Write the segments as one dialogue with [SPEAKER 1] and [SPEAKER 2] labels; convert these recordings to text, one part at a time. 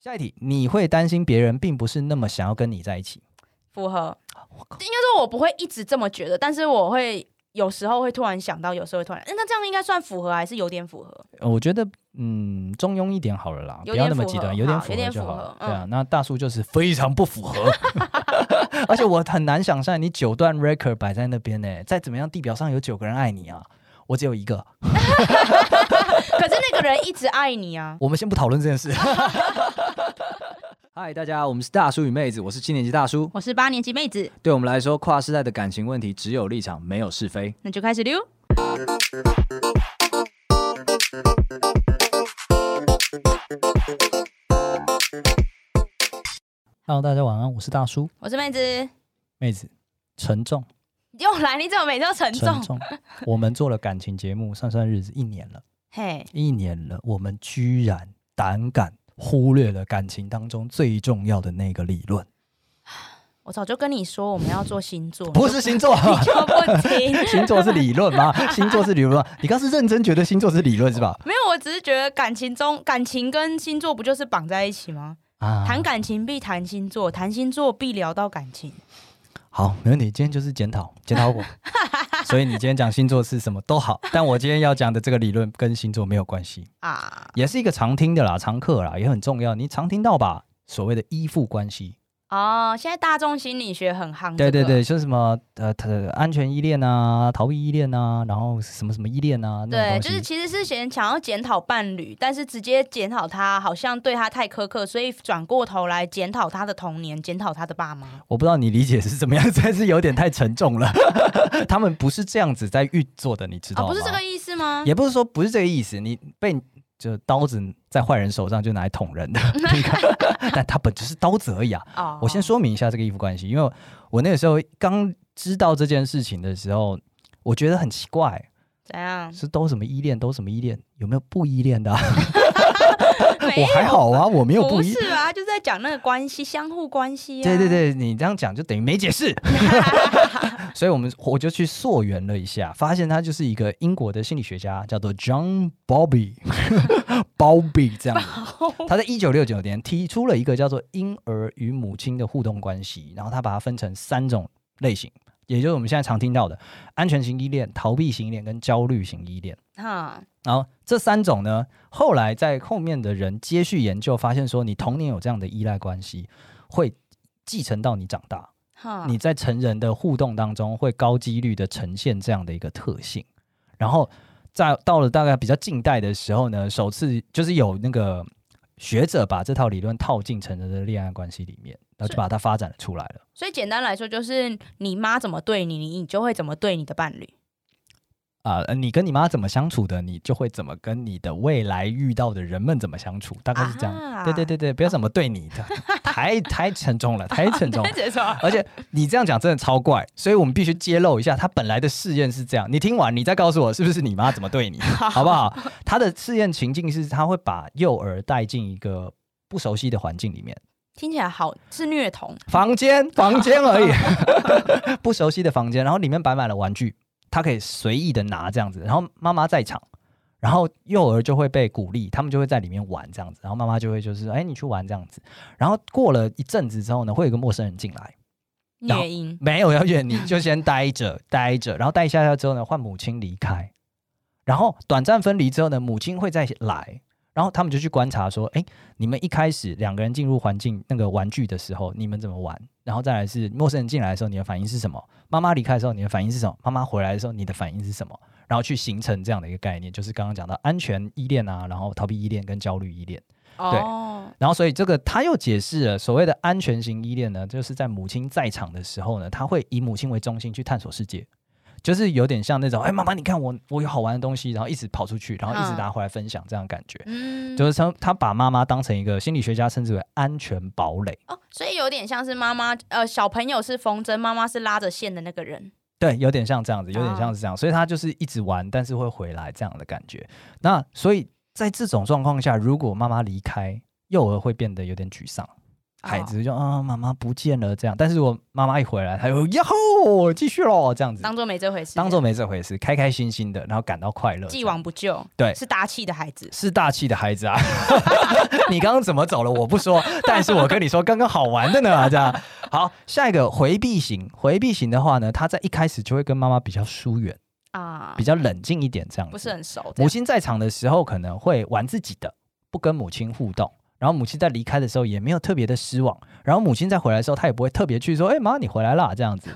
[SPEAKER 1] 下一题，你会担心别人并不是那么想要跟你在一起。
[SPEAKER 2] 符合。应该说，我不会一直这么觉得，但是我会有时候会突然想到，有时候会突然，诶那这样应该算符合还是有点符合？
[SPEAKER 1] 呃我觉得，嗯，中庸一点好了啦，
[SPEAKER 2] 有
[SPEAKER 1] 不要
[SPEAKER 2] 点
[SPEAKER 1] 那么
[SPEAKER 2] 符
[SPEAKER 1] 极
[SPEAKER 2] 合
[SPEAKER 1] 端，有点
[SPEAKER 2] 好
[SPEAKER 1] 符合
[SPEAKER 2] 有点
[SPEAKER 1] 就
[SPEAKER 2] 符
[SPEAKER 1] 好
[SPEAKER 2] 合嗯
[SPEAKER 1] 了。对啊，那大叔就是非常不符合， 而且我很难想象你九段 record 摆在那边呢、再怎么样，地表上有九个人爱你啊，我只有一个。
[SPEAKER 2] 可是那个人一直爱你啊，
[SPEAKER 1] 我们先不讨论这件事。
[SPEAKER 3] 嗨，大家，我们是大叔与妹子，我是七年级大叔。
[SPEAKER 2] 我是八年级妹子，
[SPEAKER 3] 对我们来说，跨世代的感情问题只有立场，没有是非。
[SPEAKER 2] 那就开始溜。
[SPEAKER 1] Hello，大家晚安，我是大叔
[SPEAKER 2] 我是妹子，
[SPEAKER 1] 妹子，沉重
[SPEAKER 2] 又来，你怎么每次都沉
[SPEAKER 1] 沉
[SPEAKER 2] 重？
[SPEAKER 1] 重。我们做了感情节目，算算日子一年了，
[SPEAKER 2] 嘿，
[SPEAKER 1] 一年了，我们居然胆敢忽略了感情当中最重要的那个理论，
[SPEAKER 2] 我早就跟你说我们要做星座，
[SPEAKER 1] 不是星座。啊
[SPEAKER 2] 你就不听。
[SPEAKER 1] 星座是理论 吗？星座是理论吗，你刚是认真觉得星座是理论 是吧？
[SPEAKER 2] 没有，我只是觉得感情中感情跟星座不就是绑在一起吗？
[SPEAKER 1] 啊
[SPEAKER 2] 谈感情必谈星座，谈星座必聊到感情。
[SPEAKER 1] 好，没问题。今天就是检讨，检讨 我。所以你今天讲星座是什么都好，但我今天要讲的这个理论跟星座没有关系，
[SPEAKER 2] 啊
[SPEAKER 1] 也是一个常听的啦，常客啦，也很重要，你常听到吧？所谓的依附关系，
[SPEAKER 2] 哦，现在大众心理学很夯、
[SPEAKER 1] 对对对，，像什么呃，它的安全依恋啊，逃避依恋啊，然后什么什么依恋啊，那种
[SPEAKER 2] 对，
[SPEAKER 1] 东西
[SPEAKER 2] 就是其实是想想要检讨伴侣，但是直接检讨他好像对他太苛刻，所以转过头来检讨他的童年，检讨他的爸妈。
[SPEAKER 1] 我不知道你理解是怎么样， 但是有点太沉重了。 他们不是这样子在运作的，你知道
[SPEAKER 2] 啊，
[SPEAKER 1] 吗？
[SPEAKER 2] 不是这个意思吗？
[SPEAKER 1] 也不是说不是这个意思，你被就刀子在坏人手上就拿来捅 人的，你看但他本质是刀子而已啊。
[SPEAKER 2] 哦
[SPEAKER 1] 我先说明一下这个依附关系，因为我那个时候刚知道这件事情的时候，我觉得很奇怪，
[SPEAKER 2] 怎样？
[SPEAKER 1] 是都什么依恋，都什么依恋，有没有不依恋的啊、
[SPEAKER 2] 没
[SPEAKER 1] 我还好啊，我没有
[SPEAKER 2] 不
[SPEAKER 1] 不依。
[SPEAKER 2] 是吧？他就是在讲那个关系，相互关系、啊。
[SPEAKER 1] 对对，对，你这样讲就等于没解 释， 所以我们我就去溯源了一下，发现他就是一个英国的心理学家，叫做 John Bobby，包比这样子。他在一九六九年提出了一个叫做婴儿与母亲的互动关系，然后他把它分成三种类型，也就是我们现在常听到的安全型依恋、逃避型依恋跟焦虑型依恋。
[SPEAKER 2] 哈、
[SPEAKER 1] 然后这三种呢，后来在后面的人接续研究，发现说你童年有这样的依赖关系，会继承到你长大。
[SPEAKER 2] 哈，
[SPEAKER 1] 你在成人的互动当中会高几率的呈现这样的一个特性，然后在到了大概比较近代的时候呢，首次就是有那个学者把这套理论套进成人的恋爱关系里面，然后
[SPEAKER 2] 是
[SPEAKER 1] 就把它发展了出来了。
[SPEAKER 2] 所以简单来说，就是你妈怎么对你，你你就会怎么对你的伴侣。
[SPEAKER 1] 啊、呃你跟你妈怎么相处的，你就会怎么跟你的未来遇到的人们怎么相处，大概是这样。
[SPEAKER 2] 啊
[SPEAKER 1] 对对对对，不要怎么对你的，太太沉重了，太沉 重了。
[SPEAKER 2] 解说，
[SPEAKER 1] 而且你这样讲真的超怪，所以我们必须揭露一下，他本来的试验是这样。你听完，你再告诉我是不是你妈怎么对你，好不好？他的试验情境是，他会把幼儿带进一个不熟悉的环境里面，
[SPEAKER 2] 听起来好是虐童，
[SPEAKER 1] 房间，房间而已， 不熟悉的房间，然后里面摆满了玩具，他可以随意的拿这样子，然后妈妈在场。然后幼儿就会被鼓励，他们就会在里面玩这样子，然后妈妈就会就是，哎，你去玩这样子。然后过了一阵子之后呢，会有一个陌生人进来，然后
[SPEAKER 2] 虐婴。
[SPEAKER 1] 没有要远你，就先待着，待着，然后待一下下之后呢，换母亲离开，然后短暂分离之后呢，母亲会再来，然后他们就去观察说，哎，你们一开始两个人进入环境那个玩具的时候，你们怎么玩？然后再来是陌生人进来的时候，你的反应是什么？妈妈离开的时候，你的反应是什么？妈妈回来的时候，你的反应是什么？然后去形成这样的一个概念，就是刚刚讲到安全依恋啊，然后逃避依恋跟焦虑依恋。
[SPEAKER 2] 哦，
[SPEAKER 1] 然后，所以这个他又解释了所谓的安全型依恋呢，就是在母亲在场的时候呢，他会以母亲为中心去探索世界，就是有点像那种，哎，妈妈，你看我我有好玩的东西，然后一直跑出去，然后一直
[SPEAKER 2] 嗯
[SPEAKER 1] 拿回来分享，这样的感觉，
[SPEAKER 2] 嗯，
[SPEAKER 1] 就是他他把妈妈当成一个心理学家称之为安全堡垒，
[SPEAKER 2] 哦，所以有点像是妈妈，呃，小朋友是风筝，妈妈是拉着线的那个人。
[SPEAKER 1] 对，有点像这样子，有点
[SPEAKER 2] 哦
[SPEAKER 1] 像是这样，所以他就是一直玩，但是会回来这样的感觉。那所以在这种状况下，如果妈妈离开，幼儿会变得有点沮丧。孩子就啊妈妈不见了这样，但是我妈妈一回来，她就呀吼继续喽这样子，
[SPEAKER 2] 当做没这回事，
[SPEAKER 1] 当做没这回事，开开心心的，然后感到快乐。
[SPEAKER 2] 既往不咎，
[SPEAKER 1] 对
[SPEAKER 2] 是大气的孩子。
[SPEAKER 1] 是大气的孩子啊！ 你刚刚怎么走了？我不说，但是我跟你说，刚刚好玩的呢，这样。好，下一个回避型，回避型的话呢，他在一开始就会跟妈妈比较疏远，
[SPEAKER 2] 啊
[SPEAKER 1] 比，较冷静一点，这样子。
[SPEAKER 2] 不是很啊熟。
[SPEAKER 1] 母
[SPEAKER 2] 这样
[SPEAKER 1] 亲在场的时候可能会玩自己的，不跟母亲互动。然后母亲在离开的时候也没有特别的失望，然后母亲再回来的时候，她也不会特别去说：“哎、妈，你回来啦。”这样 子，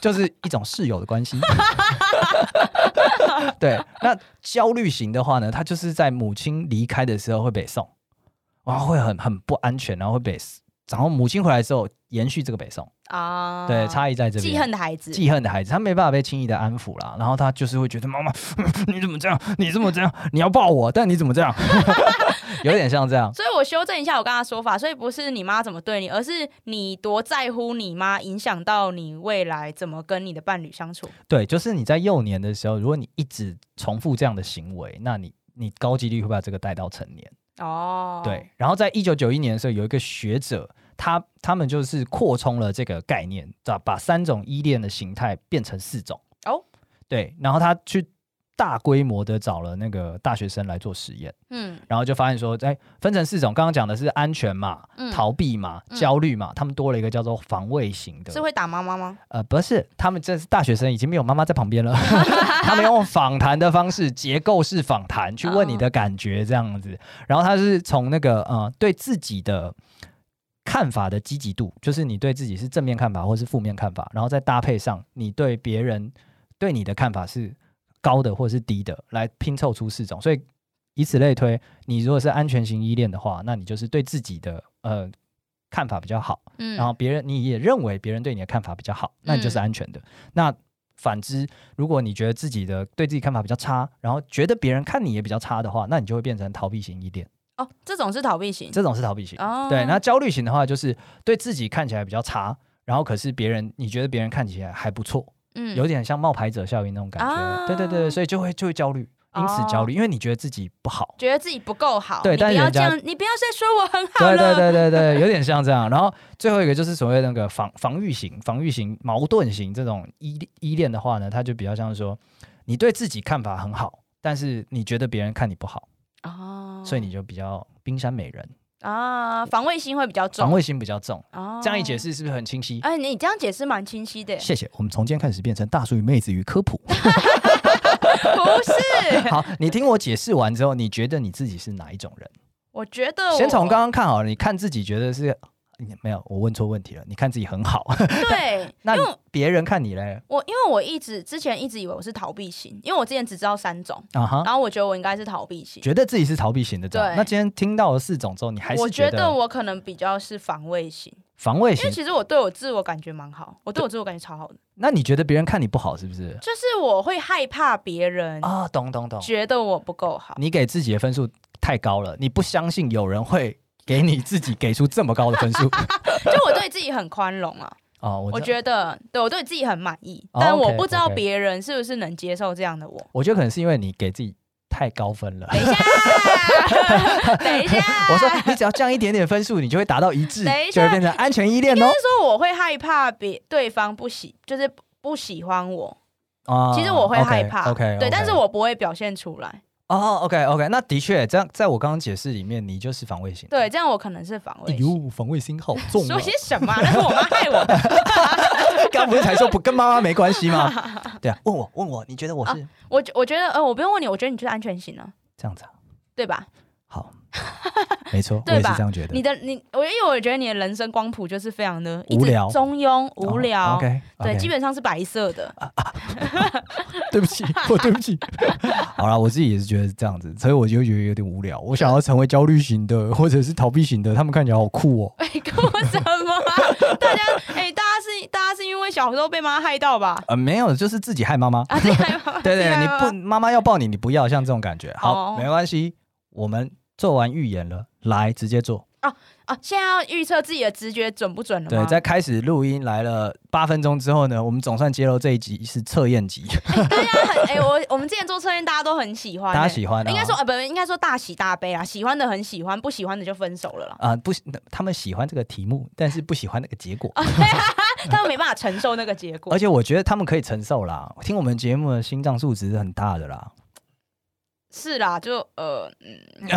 [SPEAKER 1] 就是一种室友的关系。对，那焦虑型的话呢，他就是在母亲离开的时候会被送，哇，会很很不安全，然后会被，然后母亲回来之后延续这个北送。
[SPEAKER 2] 啊，
[SPEAKER 1] 对，差异在这边。
[SPEAKER 2] 记恨的孩子，
[SPEAKER 1] 记恨的孩子，他没办法被轻易的安抚啦。然后他就是会觉得妈 妈，你怎么这样？你怎么这样？你要抱我，但你怎么这样？ 有点像这样。
[SPEAKER 2] 所以我修正一下我刚刚的说法，所以不是你妈怎么对你，而是你多在乎你妈，影响到你未来怎么跟你的伴侣相处。
[SPEAKER 1] 对，就是你在幼年的时候，如果你一直重复这样的行为，那你你高几率会把这个带到成年。
[SPEAKER 2] 哦，
[SPEAKER 1] 对，，然后在一九九一年的时候，有一个学者，他他们就是扩充了这个概念，把把三种依恋的形态变成四种。
[SPEAKER 2] 哦，
[SPEAKER 1] 对，然后他去大规模的找了那个大学生来做实验。
[SPEAKER 2] 嗯
[SPEAKER 1] 然后就发现说，哎，分成四种，刚刚讲的是安全嘛、
[SPEAKER 2] 嗯，
[SPEAKER 1] 逃避嘛、
[SPEAKER 2] 嗯
[SPEAKER 1] 焦虑嘛，他们多了一个叫做防卫型的
[SPEAKER 2] 是。会打妈妈吗？
[SPEAKER 1] 呃，不是，他们这是大学生，已经没有妈妈在旁边了， 他们用访谈的方式，结构式访谈去问你的感觉这样子。然后他是从那个呃对自己的。看法的积极度，就是你对自己是正面看法或是负面看法，然后再搭配上你对别人对你的看法是高的或是低的，来拼凑出四种。所以以此类推，你如果是安全型依恋的话，那你就是对自己的呃看法比较好，
[SPEAKER 2] 嗯，
[SPEAKER 1] 然后别人你也认为别人对你的看法比较好，那你就是
[SPEAKER 2] 嗯
[SPEAKER 1] 安全的。那反之，如果你觉得自己的对自己看法比较差，然后觉得别人看你也比较差的话，那你就会变成逃避型依恋，
[SPEAKER 2] 哦，这种是逃避型。
[SPEAKER 1] 这种是逃避型。
[SPEAKER 2] 哦，
[SPEAKER 1] 对，那焦虑型的话就是对自己看起来比较差，然后可是别人你觉得别人看起来还不错，
[SPEAKER 2] 嗯
[SPEAKER 1] 有点像冒牌者效应那种感觉。
[SPEAKER 2] 啊哦
[SPEAKER 1] 对对对，所以就会就会焦虑，因此焦虑，因为你觉得自己不好。
[SPEAKER 2] 觉得自己不够好，
[SPEAKER 1] 对
[SPEAKER 2] 你
[SPEAKER 1] 但
[SPEAKER 2] 不要
[SPEAKER 1] 人
[SPEAKER 2] 这
[SPEAKER 1] 家
[SPEAKER 2] 样，你不要再说我很好
[SPEAKER 1] 对
[SPEAKER 2] 了。
[SPEAKER 1] 对对对对，有点像这样。然后最后一个就是所谓那个防防御型、防御型、矛盾型这种依依恋的话呢，它就比较像是说，你对自己看法很好，但是你觉得别人看你不好，
[SPEAKER 2] 哦，
[SPEAKER 1] 所以你就比较冰山美人，
[SPEAKER 2] 啊，防卫心会比较重。
[SPEAKER 1] 防卫心比较重。
[SPEAKER 2] 哦，
[SPEAKER 1] 这样一解，释是不是很清晰？，
[SPEAKER 2] 哎，你这样解释蛮清晰的
[SPEAKER 1] 谢谢，我们从今天开始变成大叔与妹子与科 普。
[SPEAKER 2] 不是？
[SPEAKER 1] 好，你听我解释完之后，你觉得你自己是哪一种人？
[SPEAKER 2] 我觉得
[SPEAKER 1] 先
[SPEAKER 2] 我
[SPEAKER 1] 从刚刚看好了，你看自己觉得是你没有，我问错问题了。你看自己很好，
[SPEAKER 2] 对，
[SPEAKER 1] 那
[SPEAKER 2] 因
[SPEAKER 1] 你
[SPEAKER 2] 为
[SPEAKER 1] 别人看你嘞，
[SPEAKER 2] 我因为我一直之前一直以为我是逃避型，因为我之前只知道三种，
[SPEAKER 1] 啊哈，
[SPEAKER 2] 然后我觉得我应该是逃避型。
[SPEAKER 1] 觉得自己是逃避型的这样。
[SPEAKER 2] 对
[SPEAKER 1] 那今天听到了四种之后，你还
[SPEAKER 2] 我
[SPEAKER 1] 是
[SPEAKER 2] 觉得
[SPEAKER 1] 得
[SPEAKER 2] 我可能比较是防卫型，
[SPEAKER 1] 防卫
[SPEAKER 2] 因为
[SPEAKER 1] 型？
[SPEAKER 2] 其实我对我自我感觉蛮好，我对我自我感觉超好的，
[SPEAKER 1] 那你觉得别人看你不好是不是？
[SPEAKER 2] 就是我会害怕别人
[SPEAKER 1] 啊，懂懂懂。
[SPEAKER 2] 觉得我不够好。
[SPEAKER 1] 你给自己的分数太高了，你不相信有人会给你自己给出这么高的分 数
[SPEAKER 2] 就我对自己很宽容啊，
[SPEAKER 1] 哦，我
[SPEAKER 2] 我
[SPEAKER 1] 我
[SPEAKER 2] 觉得对我对自己很满意，
[SPEAKER 1] 哦
[SPEAKER 2] 但我
[SPEAKER 1] OK，
[SPEAKER 2] 不知道
[SPEAKER 1] OK
[SPEAKER 2] 别人是不是能接受这样 的我。
[SPEAKER 1] 我觉得可能是因为你给自己太高 分了。
[SPEAKER 2] 等一下，等一下，
[SPEAKER 1] 我说你只要降一点点分数，你就会达到一致
[SPEAKER 2] 等一，
[SPEAKER 1] 就
[SPEAKER 2] 下
[SPEAKER 1] 会变成安全依恋哦。
[SPEAKER 2] 就是说我会害怕别对方不喜，就是不喜欢我。
[SPEAKER 1] 啊
[SPEAKER 2] 其实我会害怕
[SPEAKER 1] OK，,
[SPEAKER 2] 对，但是我不会表现出来。
[SPEAKER 1] 哦，OK OK，那的确，这样在我刚刚解释里面，你就是防卫型。
[SPEAKER 2] 对，这样我可能是防
[SPEAKER 1] 哎
[SPEAKER 2] 卫心。
[SPEAKER 1] 呦，防卫心好 重啊
[SPEAKER 2] 说！些什么啊？那是我妈害我的。
[SPEAKER 1] 刚不是才说不跟妈妈没关系吗？对啊，问我问我，你觉得我是
[SPEAKER 2] 我我觉得，呃，我不用问你，我觉得你就是安全型啊，
[SPEAKER 1] 这样子啊？
[SPEAKER 2] 对吧？
[SPEAKER 1] 好， 没错，我
[SPEAKER 2] 对
[SPEAKER 1] 也是
[SPEAKER 2] 吧
[SPEAKER 1] 这样觉得
[SPEAKER 2] 你。的你，我因为我觉得你的人生光谱就是非常的一
[SPEAKER 1] 无
[SPEAKER 2] 直
[SPEAKER 1] 聊哦
[SPEAKER 2] 中庸、无聊。
[SPEAKER 1] OK，
[SPEAKER 2] 对，基本上是白色的。
[SPEAKER 1] 对不 起，我对不起。 好啦，我自己也是觉得是这样子，所以我就觉得有点无聊。我想要成为焦虑型的，或者是逃避型的，他们看起来好酷哦。
[SPEAKER 2] 哎、跟我什么、啊？ 大家哎、大家是大家是因为小时候被妈害到吧？
[SPEAKER 1] 呃，没有，就是自己害妈妈。
[SPEAKER 2] 啊，对害 怕
[SPEAKER 1] 对
[SPEAKER 2] 自己
[SPEAKER 1] 对，
[SPEAKER 2] 害
[SPEAKER 1] 你
[SPEAKER 2] 怕
[SPEAKER 1] 不 妈妈要抱你，你不要像这种感觉。好，
[SPEAKER 2] 哦
[SPEAKER 1] 没关系，我们做完预言了，来直接做。
[SPEAKER 2] 啊，现在要预测自己的直觉准不准了吗？
[SPEAKER 1] 对，在开始录音来了八分钟之后呢，我们总算揭露这一集是测验集，
[SPEAKER 2] 大家很哎、我我们之前做测验，大家都很喜 欢、
[SPEAKER 1] 大
[SPEAKER 2] 欸，
[SPEAKER 1] 家喜欢、啊。
[SPEAKER 2] 应该说啊，不，应该说大喜大悲啦，啊喜欢的很喜欢，不喜欢的就分手了啦。
[SPEAKER 1] 啊、不喜，他们喜欢这个题目，但是不喜欢那个结果。
[SPEAKER 2] 哦他们没办法承受那个结果
[SPEAKER 1] 而。且我觉得他们可以承受啦，听我们节目的心脏素质是很大的啦，
[SPEAKER 2] 是啦，就呃，嗯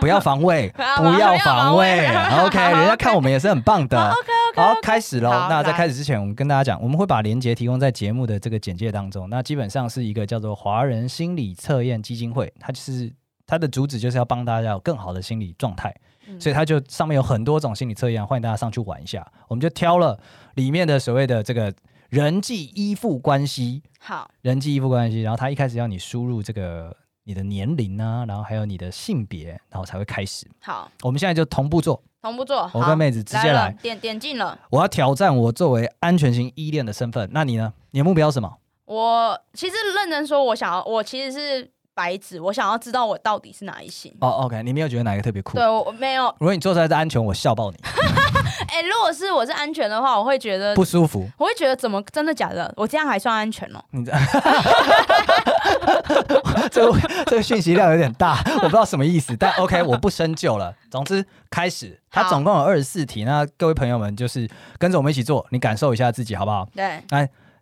[SPEAKER 1] 不要防 卫，
[SPEAKER 2] 不要
[SPEAKER 1] 不要防卫
[SPEAKER 2] 好
[SPEAKER 1] ，OK，人家看我们也是很棒的。
[SPEAKER 2] ，OK OK，
[SPEAKER 1] 啊 好，开始喽。
[SPEAKER 2] 哦好
[SPEAKER 1] 那在
[SPEAKER 2] 来
[SPEAKER 1] 开始之前，我们跟大家讲，我们会把连接提供在节目的这个简介当中。那基本上是一个叫做华人心理测验基金会，它就是它的主旨就是要帮大家有更好的心理状态，
[SPEAKER 2] 嗯
[SPEAKER 1] 所以它就上面有很多种心理测验，欢迎大家上去玩一下。我们就挑了里面的所谓的这个人际依附关系，
[SPEAKER 2] 好，
[SPEAKER 1] 人际依附关系，然后他一开始要你输入这个你的年龄啊，然后还有你的性别，然后才会开始。
[SPEAKER 2] 好，
[SPEAKER 1] 我们现在就同步做，
[SPEAKER 2] 同步做。
[SPEAKER 1] 我
[SPEAKER 2] 好
[SPEAKER 1] 跟妹子直接
[SPEAKER 2] 了
[SPEAKER 1] 来。
[SPEAKER 2] 点点进了。
[SPEAKER 1] 我要挑战我作为安全型依恋的身份，那你呢？你的目标是什么？
[SPEAKER 2] 我其实认真说，我想要，我其实是白纸，我想要知道我到底是哪一型。
[SPEAKER 1] 哦、o k 你没有觉得哪个特别酷？
[SPEAKER 2] 嗯对，我我没有。
[SPEAKER 1] 如果你做出来是安全，我笑爆你，
[SPEAKER 2] 哎、如果是我是安全的话，我会觉得
[SPEAKER 1] 不，舒服。
[SPEAKER 2] 我会觉得怎么真的假的？我这样还算安全哦、
[SPEAKER 1] 你这这个这个讯息量有点 大，我不知道什么意思，但 OK，我不深究了。总之，开始，它
[SPEAKER 2] 好
[SPEAKER 1] 总共有二十四题，那各位朋友们就是跟着我们一起做，你感受一下自己好不好？
[SPEAKER 2] 对，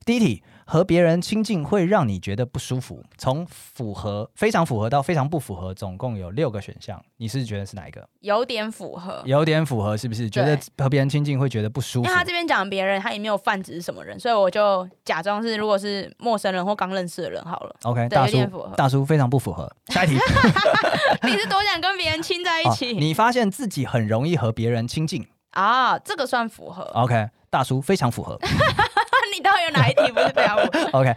[SPEAKER 1] 第一题，和别人亲近会让你觉得不舒服。从符合非常符合到非常不符合，总共有六个选项，你是觉得是哪一个？
[SPEAKER 2] 有点符合。
[SPEAKER 1] 有点符合，是不是？觉得和别人亲近会觉得不舒
[SPEAKER 2] 因
[SPEAKER 1] 服
[SPEAKER 2] 为。他这边讲别人，他也没有泛指是什么人，所以我就假装是如果是陌生人或刚认识的人好了。
[SPEAKER 1] OK，
[SPEAKER 2] 对
[SPEAKER 1] 大
[SPEAKER 2] 有点符
[SPEAKER 1] 叔
[SPEAKER 2] 合，
[SPEAKER 1] 大叔非常不符 合。下一题，
[SPEAKER 2] 你是多想跟别人亲在一
[SPEAKER 1] 哦
[SPEAKER 2] 起
[SPEAKER 1] 你发现自己很容易和别人亲近。
[SPEAKER 2] 啊这个算符合。
[SPEAKER 1] OK，大叔非常符合。
[SPEAKER 2] 你到底有哪一题不是非常符合
[SPEAKER 1] OK，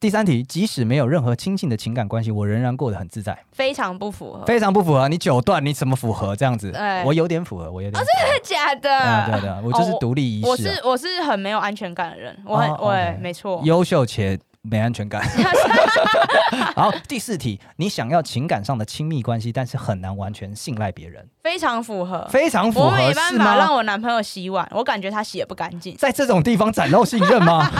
[SPEAKER 1] 第三题，即使没有任何亲近的情感关系，我仍然过得很自在。
[SPEAKER 2] 非常不符合？真
[SPEAKER 1] 非常不符合，你九段你怎么符合这样子
[SPEAKER 2] 哦对？哦
[SPEAKER 1] 我有点符合，我有点符合。
[SPEAKER 2] 的假
[SPEAKER 1] 啊，对
[SPEAKER 2] 的？
[SPEAKER 1] 对，我就是
[SPEAKER 2] 哦
[SPEAKER 1] 独立
[SPEAKER 2] 我
[SPEAKER 1] 一世啊
[SPEAKER 2] 是，我是很没有安全感的人，我很
[SPEAKER 1] 哦
[SPEAKER 2] 我
[SPEAKER 1] OK
[SPEAKER 2] 没错。
[SPEAKER 1] 优秀且没安全 感。好，第四题，你想要情感上的亲密关系，但是很难完全信赖别人，
[SPEAKER 2] 非常符合。
[SPEAKER 1] 非常符
[SPEAKER 2] 我
[SPEAKER 1] 合，
[SPEAKER 2] 没办
[SPEAKER 1] 是
[SPEAKER 2] 法
[SPEAKER 1] 吗？
[SPEAKER 2] 让我男朋友洗碗，我感觉他洗的不干净。
[SPEAKER 1] 在这种地方展露信任吗？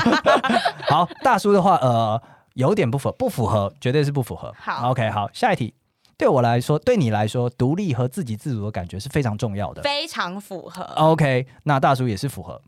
[SPEAKER 1] 好，大叔的话，呃，有点不符，不符合，绝对是不符合。
[SPEAKER 2] 好
[SPEAKER 1] ，OK，好，下一题。对我来说，对你来说，独立和自给自足的感觉是非常重要的。
[SPEAKER 2] 非常符合哦
[SPEAKER 1] OK，那大叔也是符合，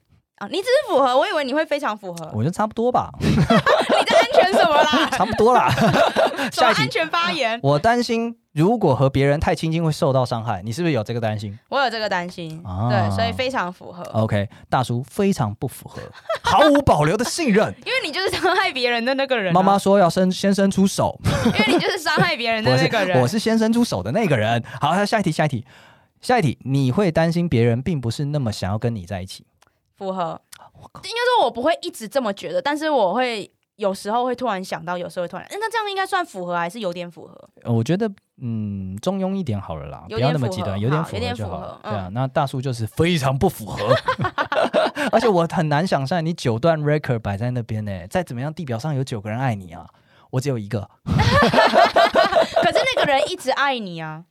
[SPEAKER 2] 你只是符合，我以为你会非常符合。
[SPEAKER 1] 我觉得差不多吧，
[SPEAKER 2] 你在安全什么 啦？
[SPEAKER 1] 差不 多啦。
[SPEAKER 2] 什么
[SPEAKER 1] 下一
[SPEAKER 2] 安
[SPEAKER 1] 题，哦
[SPEAKER 2] 全发言？
[SPEAKER 1] 我担心如果和别人太亲近会受到伤害，你是不是有这个担心？
[SPEAKER 2] 我有这个担心，
[SPEAKER 1] 啊哦
[SPEAKER 2] 对，所以非常符合。
[SPEAKER 1] OK，大叔非常不符合，毫无保留的信 任。
[SPEAKER 2] 因为你就是伤害别人的那个人、啊，
[SPEAKER 1] 妈妈，说要伸先伸出手，
[SPEAKER 2] 因为你就是伤害别人的
[SPEAKER 1] 我
[SPEAKER 2] 那
[SPEAKER 1] 是
[SPEAKER 2] 个人。
[SPEAKER 1] 我是先伸出手的那个人。好，那下一题，下一题，下一题，你会担心别人并不是那么想要跟你在一起。
[SPEAKER 2] 符合，应该说我不会一直这么觉得，但是我会有时候会突然想到，有时候会突然，诶那这样应该算符合还是有点符合？
[SPEAKER 1] 呃我觉得，嗯，中庸一点好了啦，
[SPEAKER 2] 有
[SPEAKER 1] 不要
[SPEAKER 2] 点
[SPEAKER 1] 那么
[SPEAKER 2] 符
[SPEAKER 1] 极
[SPEAKER 2] 合
[SPEAKER 1] 端，有点
[SPEAKER 2] 好
[SPEAKER 1] 符
[SPEAKER 2] 有
[SPEAKER 1] 合
[SPEAKER 2] 点
[SPEAKER 1] 就
[SPEAKER 2] 符
[SPEAKER 1] 好
[SPEAKER 2] 合嗯
[SPEAKER 1] 了。对啊，那大叔就是非常不符合， 而且我很难想象你九段 record 摆在那边呢，再怎么样，地表上有九个人爱你啊，我只有一个。
[SPEAKER 2] 可是那个人一直爱你 啊，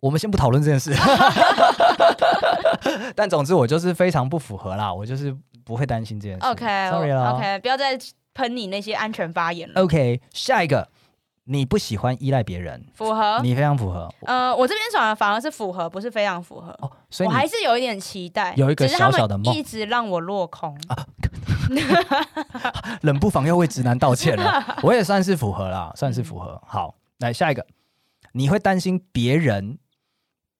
[SPEAKER 1] 我们先不讨论这件事， 但总之我就是非常不符合啦，我就是不会担心这件事。
[SPEAKER 2] OK
[SPEAKER 1] sorry 啦呃
[SPEAKER 2] OK，不要再喷你那些安全发言了。
[SPEAKER 1] OK，下一个，你不喜欢依赖别人，
[SPEAKER 2] 符合，
[SPEAKER 1] 你非常符合
[SPEAKER 2] 呃，我这边反而反而是符合，不是非常符合。
[SPEAKER 1] 哦，所以
[SPEAKER 2] 我
[SPEAKER 1] 你
[SPEAKER 2] 还是有一点期待，
[SPEAKER 1] 有一个
[SPEAKER 2] 只是他们
[SPEAKER 1] 小小的梦啊
[SPEAKER 2] 一直让我落空。
[SPEAKER 1] 冷不防又为直男道歉了。 我也算是符合啦，算是符
[SPEAKER 2] 嗯
[SPEAKER 1] 合。好，来下一个，你会担心别人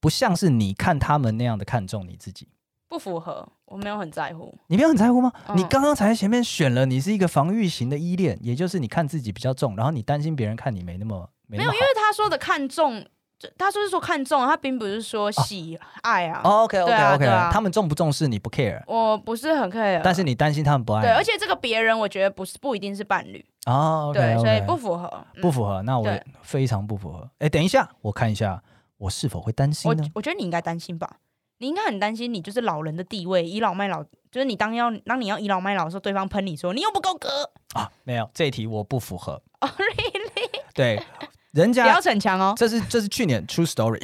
[SPEAKER 1] 不像是你看他们那样的看重你自己。
[SPEAKER 2] 不符合，我没有很在乎。
[SPEAKER 1] 你没有很在乎吗？
[SPEAKER 2] 嗯
[SPEAKER 1] 你刚刚才前面选了，你是一个防御型的依恋，也就是你看自己比较重，然后你担心别人看你没那么没
[SPEAKER 2] 没
[SPEAKER 1] 那
[SPEAKER 2] 有，
[SPEAKER 1] 么
[SPEAKER 2] 因
[SPEAKER 1] 好
[SPEAKER 2] 为。他说的看重，就他就是说看重，他并不是说喜爱啊。
[SPEAKER 1] 哦 OK
[SPEAKER 2] 对
[SPEAKER 1] OK
[SPEAKER 2] 啊
[SPEAKER 1] OK，
[SPEAKER 2] 对啊
[SPEAKER 1] 他们重不重视你不 care，
[SPEAKER 2] 我不是很 care，
[SPEAKER 1] 但是你担心他们不爱你。啊
[SPEAKER 2] 对，而且这个别人我觉得不是不一定是伴侣，
[SPEAKER 1] 哦，OK，
[SPEAKER 2] 对，所以
[SPEAKER 1] OK
[SPEAKER 2] 不符合。嗯
[SPEAKER 1] 不符合，那我
[SPEAKER 2] 对
[SPEAKER 1] 非常不符合。哎，等一下，我看一下，我是否会担心
[SPEAKER 2] 我
[SPEAKER 1] 呢？
[SPEAKER 2] 我觉得你应该担心吧，你应该很担心，你就是老人的地位，倚老卖老，就是你当要当你要倚老卖老的时候，对方喷你说你又不够格。
[SPEAKER 1] 啊，没有，这一题我不符合。
[SPEAKER 2] Oh, 哦，really？
[SPEAKER 1] 对，啊人
[SPEAKER 2] 不要
[SPEAKER 1] 家
[SPEAKER 2] 逞强哦。
[SPEAKER 1] 这是这是去年 true story，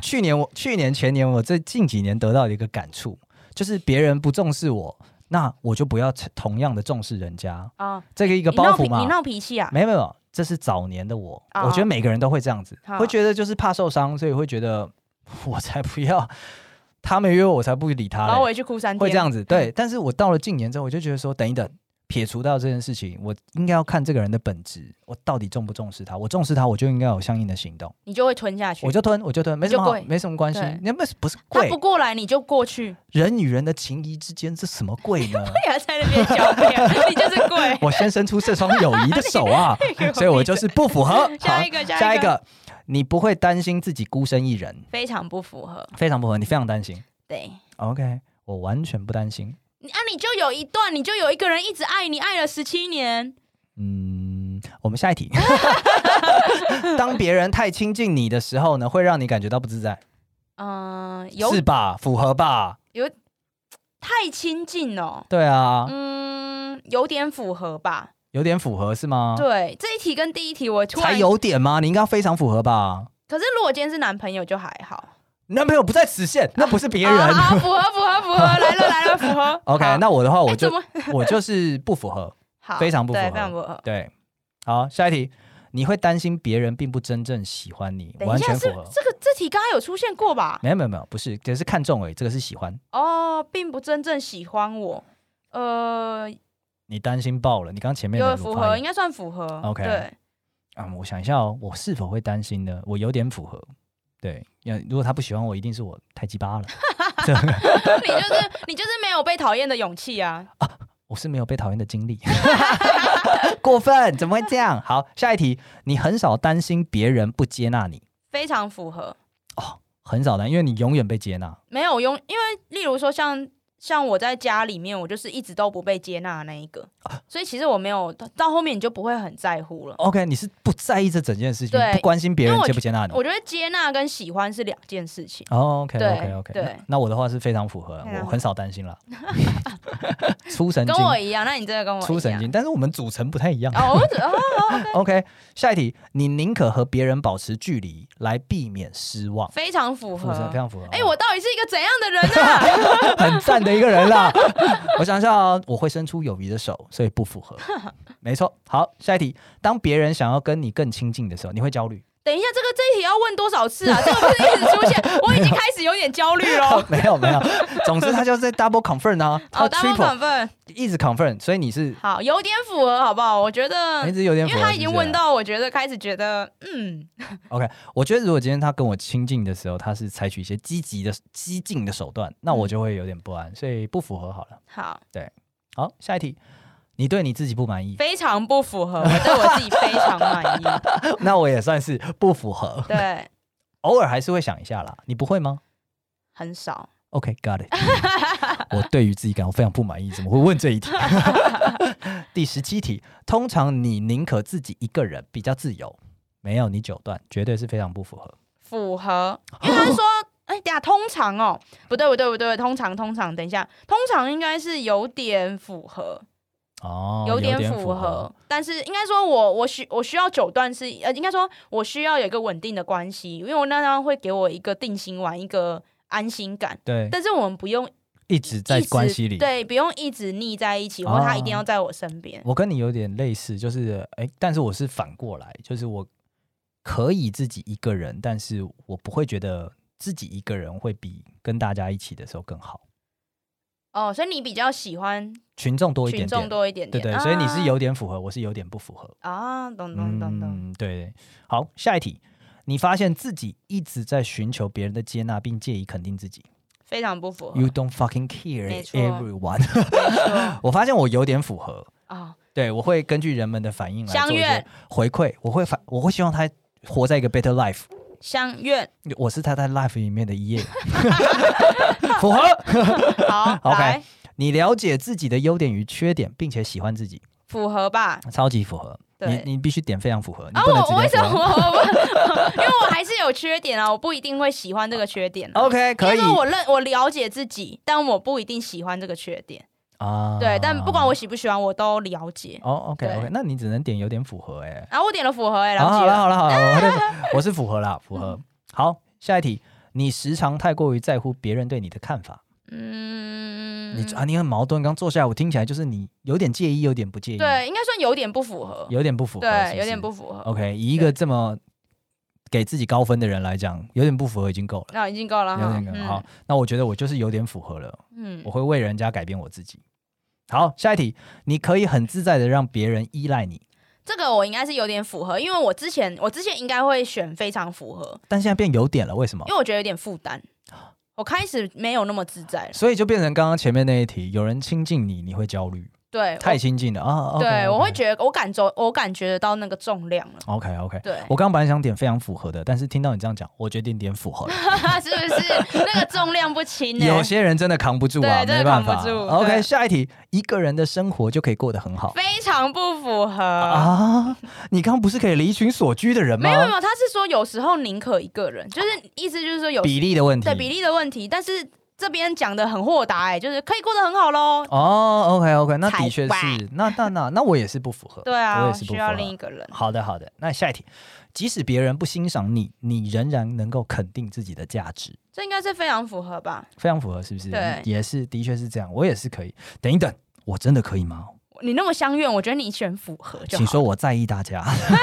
[SPEAKER 1] 去 年我去年前年我这近几年得到的一个感触，就是别人不重视我，那我就不要同样的重视人家，
[SPEAKER 2] 啊，
[SPEAKER 1] 这个一
[SPEAKER 2] 你
[SPEAKER 1] 个包
[SPEAKER 2] 闹
[SPEAKER 1] 袱
[SPEAKER 2] 脾
[SPEAKER 1] 嘛。
[SPEAKER 2] 你闹脾气啊？
[SPEAKER 1] 没有没有，这是早年的我，
[SPEAKER 2] 哦
[SPEAKER 1] 我觉得每个人都会这样子，
[SPEAKER 2] 好
[SPEAKER 1] 会觉得就是怕受伤，所以会觉得我才不要，他们约我我才不理他
[SPEAKER 2] 然后
[SPEAKER 1] 嘞，
[SPEAKER 2] 我也去哭三天，
[SPEAKER 1] 会这样子。
[SPEAKER 2] 嗯
[SPEAKER 1] 对，但是我到了近年之后，我就觉得说，等一等，撇除到这件事情，我应该要看这个人的本质，我到底重不重视他？我重视他，我就应该有相应的行动，
[SPEAKER 2] 你就会吞下去。
[SPEAKER 1] 我就吞，我就吞，没什么
[SPEAKER 2] 就
[SPEAKER 1] 好
[SPEAKER 2] 跪，
[SPEAKER 1] 没什么关系
[SPEAKER 2] 对。
[SPEAKER 1] 那不是不是
[SPEAKER 2] 他
[SPEAKER 1] 贵
[SPEAKER 2] 不，过来你就过去，
[SPEAKER 1] 人与人的情谊之间，这什么贵呢？
[SPEAKER 2] 你还在那边狡辩，你就 是鬼。
[SPEAKER 1] 我先伸出这双友谊的手 啊
[SPEAKER 2] 给我，
[SPEAKER 1] 所以我就是不符合。好
[SPEAKER 2] 下一个，
[SPEAKER 1] 下
[SPEAKER 2] 下
[SPEAKER 1] 一，个，你不会担心自己孤身一人，
[SPEAKER 2] 非常不符合。
[SPEAKER 1] 非常不合，你非常担心。
[SPEAKER 2] 对，
[SPEAKER 1] OK，我完全不担心。
[SPEAKER 2] 你啊，你就有一段，你就有一个人一直爱你，爱了十七年，
[SPEAKER 1] 嗯，我们下一题。 当别人太亲近你的时候呢，会让你感觉到不自在，
[SPEAKER 2] 嗯、有
[SPEAKER 1] 是吧？符合吧？
[SPEAKER 2] 太亲近哦，
[SPEAKER 1] 对啊，
[SPEAKER 2] 嗯，有点符合吧？
[SPEAKER 1] 有点符合是吗？
[SPEAKER 2] 对，这一题跟第一题我突
[SPEAKER 1] 啊才
[SPEAKER 2] 然，
[SPEAKER 1] 有点吗？你应该要非常符合吧？
[SPEAKER 2] 可是如果今天是男朋友就还好，
[SPEAKER 1] 男朋友不在此限，那不是别人。
[SPEAKER 2] 啊好符合符合符 合，来了来了，符合。好
[SPEAKER 1] OK，那我的话，
[SPEAKER 2] 哎
[SPEAKER 1] 我
[SPEAKER 2] 怎
[SPEAKER 1] 就、
[SPEAKER 2] 么
[SPEAKER 1] 我就是不符合。
[SPEAKER 2] 好？
[SPEAKER 1] 非常不符
[SPEAKER 2] 对
[SPEAKER 1] 合
[SPEAKER 2] 非常不符合。
[SPEAKER 1] 对，好，下一题，你会担心别人并不真正喜欢你，
[SPEAKER 2] 等一
[SPEAKER 1] 完
[SPEAKER 2] 下，
[SPEAKER 1] 全
[SPEAKER 2] 是
[SPEAKER 1] 符合。
[SPEAKER 2] 这个这题刚刚有出现过吧？
[SPEAKER 1] 没有没有没有，不是，只是看中而已。这个是喜欢，
[SPEAKER 2] 哦，并不真正喜欢我，呃，
[SPEAKER 1] 你担心爆了。你刚前面
[SPEAKER 2] 有
[SPEAKER 1] 的
[SPEAKER 2] 符
[SPEAKER 1] 鲁班
[SPEAKER 2] 合，应该算符合。
[SPEAKER 1] OK
[SPEAKER 2] 对，
[SPEAKER 1] 啊、我想一下哦，我是否会担心呢？我有点符合，对，要如果他不喜欢我，一定是我太鸡巴了。这
[SPEAKER 2] 你就是你就是没有被讨厌的勇气啊！
[SPEAKER 1] 我是没有被讨厌的经历， 过分，怎么会这样？好，下一题，你很少担心别人不接纳你，
[SPEAKER 2] 非常符合。
[SPEAKER 1] 很少担，因为你永远被接纳。
[SPEAKER 2] 没有用，因为例如说像像我在家里面，我就是一直都不被接纳的那一个，
[SPEAKER 1] 啊
[SPEAKER 2] 所以其实我没有到到后面你就不会很在乎了。
[SPEAKER 1] OK，你是不在意这整件事情，
[SPEAKER 2] 对
[SPEAKER 1] 不关心别
[SPEAKER 2] 因为
[SPEAKER 1] 人
[SPEAKER 2] 我
[SPEAKER 1] 接
[SPEAKER 2] 觉
[SPEAKER 1] 不接纳你。
[SPEAKER 2] 我觉得接纳跟喜欢是两件事情。
[SPEAKER 1] 哦，OK
[SPEAKER 2] 对
[SPEAKER 1] OK OK，
[SPEAKER 2] 对
[SPEAKER 1] 那那我的话是非常符合了
[SPEAKER 2] 非常，符
[SPEAKER 1] 我
[SPEAKER 2] 合
[SPEAKER 1] 很少担心 了，出神
[SPEAKER 2] 跟
[SPEAKER 1] 经，
[SPEAKER 2] 我一样，那你真的跟我
[SPEAKER 1] 出
[SPEAKER 2] 一
[SPEAKER 1] 神
[SPEAKER 2] 样
[SPEAKER 1] 经，。但是我们组成不太一样。
[SPEAKER 2] 哦，我只哦
[SPEAKER 1] OK，下一题，你宁可和别人保持距离来避免失望，
[SPEAKER 2] 非常 符
[SPEAKER 1] 符
[SPEAKER 2] 合，
[SPEAKER 1] 合非常符合。
[SPEAKER 2] 哎、我到底是一个怎样的人 啊？
[SPEAKER 1] 很赞的一个人啦。 我想一下哦，我会伸出友谊的手，所以不符 合。没错，好，下一题，当别人想要跟你更亲近的时候，你会焦虑？。
[SPEAKER 2] 等一下，这个这一题要问多少 次啊？这个不是一直出现，我已经开始有点焦虑了
[SPEAKER 1] 没有没有，总之他就是在 double confirm 啊，他
[SPEAKER 2] 好，大部
[SPEAKER 1] triple
[SPEAKER 2] 反分
[SPEAKER 1] 一直 confirm，所以你是
[SPEAKER 2] 好，有点符合，好不好？我觉得
[SPEAKER 1] 你一，直有点
[SPEAKER 2] 嗯因
[SPEAKER 1] 符
[SPEAKER 2] 为
[SPEAKER 1] 合，
[SPEAKER 2] 他已经
[SPEAKER 1] 是不是
[SPEAKER 2] 问到，我觉得开始觉得，嗯，
[SPEAKER 1] 我觉得如果今天他跟我亲近的时候，他是采取一些积极的、激进的手段，那我就会有点不安，所以不符合好了。
[SPEAKER 2] 好，
[SPEAKER 1] 好，下一题，你对你自己不满意，
[SPEAKER 2] 非常不符合，我对我自己非常满意。
[SPEAKER 1] 那我也算是不符合，
[SPEAKER 2] 对，
[SPEAKER 1] 偶尔还是会想一下啦。你不会吗
[SPEAKER 2] 很少。
[SPEAKER 1] ？OK，got、it 。我对于自己感到非常不满意，怎么会问这一题？ 第十七题，通常你宁可自己一个人比较自由，没有你九段，绝对是非常不符合。
[SPEAKER 2] 符合，因为他说，哎、等一下通常哦，不对不对不对，通常通常，等一下，通常应该是有点符合，
[SPEAKER 1] 哦，
[SPEAKER 2] 有
[SPEAKER 1] 点
[SPEAKER 2] 点符合，。但是应该说我我需我需要九段是，呃，应该说我需要有一个稳定的关系，因为我那样会给我一个定心丸，一个安心感。
[SPEAKER 1] 对，
[SPEAKER 2] 但是我们不用
[SPEAKER 1] 一直在
[SPEAKER 2] 一直
[SPEAKER 1] 关系里，哦
[SPEAKER 2] 对，不用一直腻在一起，或者他一定要在我身边。
[SPEAKER 1] 我跟你有点类似，就是哎、诶但是我是反过来，就是我可以自己一个人，但是我不会觉得自己一个人会比跟大家一起的时候更好，
[SPEAKER 2] 哦，所以你比较喜欢
[SPEAKER 1] 群众多一
[SPEAKER 2] 群
[SPEAKER 1] 点
[SPEAKER 2] 众
[SPEAKER 1] 点，
[SPEAKER 2] 多一点
[SPEAKER 1] 对对，
[SPEAKER 2] 点，啊
[SPEAKER 1] 所以你是有嗯点符合，我是有点不符合，
[SPEAKER 2] 啊，懂懂懂懂，
[SPEAKER 1] 对对。好，下一题，你发现自己一直在寻求别人的接纳，并介意肯定自己
[SPEAKER 2] 非常不符合，
[SPEAKER 1] ，You don't fucking care
[SPEAKER 2] 没错
[SPEAKER 1] everyone 。
[SPEAKER 2] 没错
[SPEAKER 1] 我发现我有点符合，
[SPEAKER 2] 啊，
[SPEAKER 1] 对，我会根据人们的反应来
[SPEAKER 2] 相
[SPEAKER 1] 做一些
[SPEAKER 2] 悦
[SPEAKER 1] 回馈，我会反，我会希望他活在一个 better life。
[SPEAKER 2] 相愿
[SPEAKER 1] 我是他在 Life 里面的一页， 符合。
[SPEAKER 2] 好
[SPEAKER 1] OK
[SPEAKER 2] 来
[SPEAKER 1] 你了解自己的优点与缺点，并且喜欢自己，
[SPEAKER 2] 符合吧？
[SPEAKER 1] 超级符合。你
[SPEAKER 2] 对
[SPEAKER 1] 你必须点非常符合，你
[SPEAKER 2] 啊，
[SPEAKER 1] 不能
[SPEAKER 2] 我
[SPEAKER 1] 直
[SPEAKER 2] 我为
[SPEAKER 1] 接
[SPEAKER 2] 什
[SPEAKER 1] 符
[SPEAKER 2] 么
[SPEAKER 1] 合。
[SPEAKER 2] 我我我 因为我还是有缺点啊，我不一定会喜欢这个缺点、啊。
[SPEAKER 1] OK，可以
[SPEAKER 2] 因为我认我了解自己，但我不一定喜欢这个缺点。
[SPEAKER 1] 啊，
[SPEAKER 2] 对，但不管我喜不喜欢，我都了解。
[SPEAKER 1] 哦，OK
[SPEAKER 2] 对
[SPEAKER 1] OK，那你只能点有点符合哎、
[SPEAKER 2] 然后我点了符合哎、
[SPEAKER 1] 好
[SPEAKER 2] 了嗯
[SPEAKER 1] 好
[SPEAKER 2] 解
[SPEAKER 1] 了好了好了，我 对我是符合啦，符合。好，下一题，你时常太过于在乎别人对你的看法，
[SPEAKER 2] 嗯，
[SPEAKER 1] 你啊你很矛盾。刚坐下来，我听起来就是你有点介意，有点不介意，，
[SPEAKER 2] 对，应该算有点不符合，
[SPEAKER 1] 有点不符合，是哦
[SPEAKER 2] 对，
[SPEAKER 1] 是
[SPEAKER 2] 有点不。符合。
[SPEAKER 1] OK，以一个这么给自己高分的人来讲，有点不符合已经够了。
[SPEAKER 2] 那啊已经够了
[SPEAKER 1] 有
[SPEAKER 2] 哈
[SPEAKER 1] 点，够
[SPEAKER 2] 嗯
[SPEAKER 1] 好，那我觉得我就是有点符合了，
[SPEAKER 2] 嗯
[SPEAKER 1] 我，会为人家改变我自己。好，下一题，你可以很自在的让别人依赖你，
[SPEAKER 2] 这个我应该是有点符合，因为我之前我之前应该会选非常符合，
[SPEAKER 1] 但现在变有点了，为什么
[SPEAKER 2] 因？为我觉得有点负担，
[SPEAKER 1] 啊
[SPEAKER 2] 我开始没有那么自在了。
[SPEAKER 1] 所以就变成刚刚前面那一题，有人亲近你，你会焦虑，
[SPEAKER 2] 对，
[SPEAKER 1] 太
[SPEAKER 2] 我
[SPEAKER 1] 亲近了啊。
[SPEAKER 2] 对我会觉得我感受我感觉得到那个重量了。
[SPEAKER 1] OK OK。
[SPEAKER 2] 对，
[SPEAKER 1] 我刚刚本来想点非常符合的，但是听到你这样讲，我决定点符 合了。
[SPEAKER 2] 是不是那个重量不轻欸呢、
[SPEAKER 1] 有些人真的扛不住啊，
[SPEAKER 2] 对真
[SPEAKER 1] 没
[SPEAKER 2] 的
[SPEAKER 1] 办法
[SPEAKER 2] 扛不住。
[SPEAKER 1] OK，
[SPEAKER 2] 对
[SPEAKER 1] 下一题，一个人的生活就可以过得很好
[SPEAKER 2] 非常不符合。
[SPEAKER 1] 啊？ 你刚刚不是可以离群所居的人
[SPEAKER 2] 没有没有没
[SPEAKER 1] 吗？
[SPEAKER 2] 有，他是说有时候宁可一个人，就是意思就是说有
[SPEAKER 1] 比例的问题。
[SPEAKER 2] 对比例的问题，但是这边讲的很豁达、哎，就是可以过得很好喽。
[SPEAKER 1] 哦，OK OK，那的确
[SPEAKER 2] 才怪
[SPEAKER 1] 是，那那那那我也是不符合。
[SPEAKER 2] 对啊，
[SPEAKER 1] 我
[SPEAKER 2] 我
[SPEAKER 1] 也是不
[SPEAKER 2] 需
[SPEAKER 1] 符
[SPEAKER 2] 要
[SPEAKER 1] 合。
[SPEAKER 2] 另一个人。
[SPEAKER 1] 好的好的，那下一题，即使别人不欣赏你，你仍然能够肯定自己的价值。
[SPEAKER 2] 这应该是非常符合吧？
[SPEAKER 1] 非常符合，是不是？
[SPEAKER 2] 对
[SPEAKER 1] 也是，的确是这样，我也是可以。等一等，我真的可以吗？
[SPEAKER 2] 你那么相怨，我觉得你选符合就好。
[SPEAKER 1] 请说，我在意大家。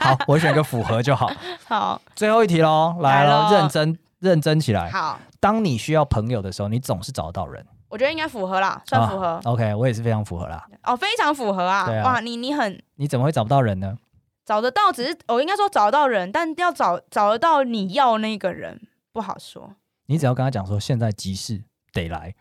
[SPEAKER 1] 好，我选个符合就好。
[SPEAKER 2] 好
[SPEAKER 1] 最后一题喽，来喽，
[SPEAKER 2] 来咯
[SPEAKER 1] 认真认真起来。
[SPEAKER 2] 好，
[SPEAKER 1] 当你需要朋友的时候，你总是找得到人，
[SPEAKER 2] 我觉得应该符合啦，算符合、
[SPEAKER 1] 啊 OK，我也是非常符合啦。
[SPEAKER 2] 哦，非常符合啊！
[SPEAKER 1] 对啊
[SPEAKER 2] 哇，你你很
[SPEAKER 1] 你怎么会找不到人呢？
[SPEAKER 2] 找得到，只是我应该说找得到人，但要找找得到你要那个人不好说。
[SPEAKER 1] 你只要跟他讲说，现在急事得来。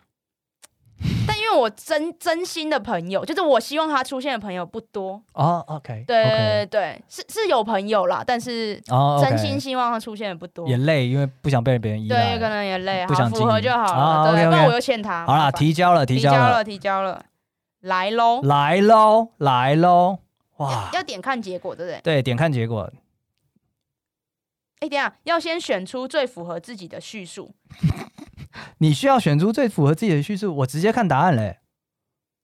[SPEAKER 2] 但因为我真真心的朋友，就是我希望他出现的朋友不多。
[SPEAKER 1] 哦，OK，
[SPEAKER 2] 对
[SPEAKER 1] o
[SPEAKER 2] 对
[SPEAKER 1] k
[SPEAKER 2] 对，是是有朋友啦，但是
[SPEAKER 1] 哦，OK，
[SPEAKER 2] 真心希望他出现的不多。
[SPEAKER 1] 也累，因为不想被别人依
[SPEAKER 2] 对，
[SPEAKER 1] 赖
[SPEAKER 2] 有。可能也累，
[SPEAKER 1] 不想
[SPEAKER 2] 好
[SPEAKER 1] 经
[SPEAKER 2] 符合
[SPEAKER 1] 营
[SPEAKER 2] 就好
[SPEAKER 1] 啊
[SPEAKER 2] 了。对，
[SPEAKER 1] OK，OK
[SPEAKER 2] 不然我又欠他。
[SPEAKER 1] 好啦，
[SPEAKER 2] 麻烦
[SPEAKER 1] 提交了，提
[SPEAKER 2] 提
[SPEAKER 1] 交
[SPEAKER 2] 交
[SPEAKER 1] 了，
[SPEAKER 2] 了，提交了，来喽！
[SPEAKER 1] 来喽，来喽，哇！
[SPEAKER 2] 要点看结果，对不对？
[SPEAKER 1] 对，点看结果，
[SPEAKER 2] 哎，等一下要先选出最符合自己的叙述。
[SPEAKER 1] 你需要选出最符合自己的叙述。我直接看答案嘞、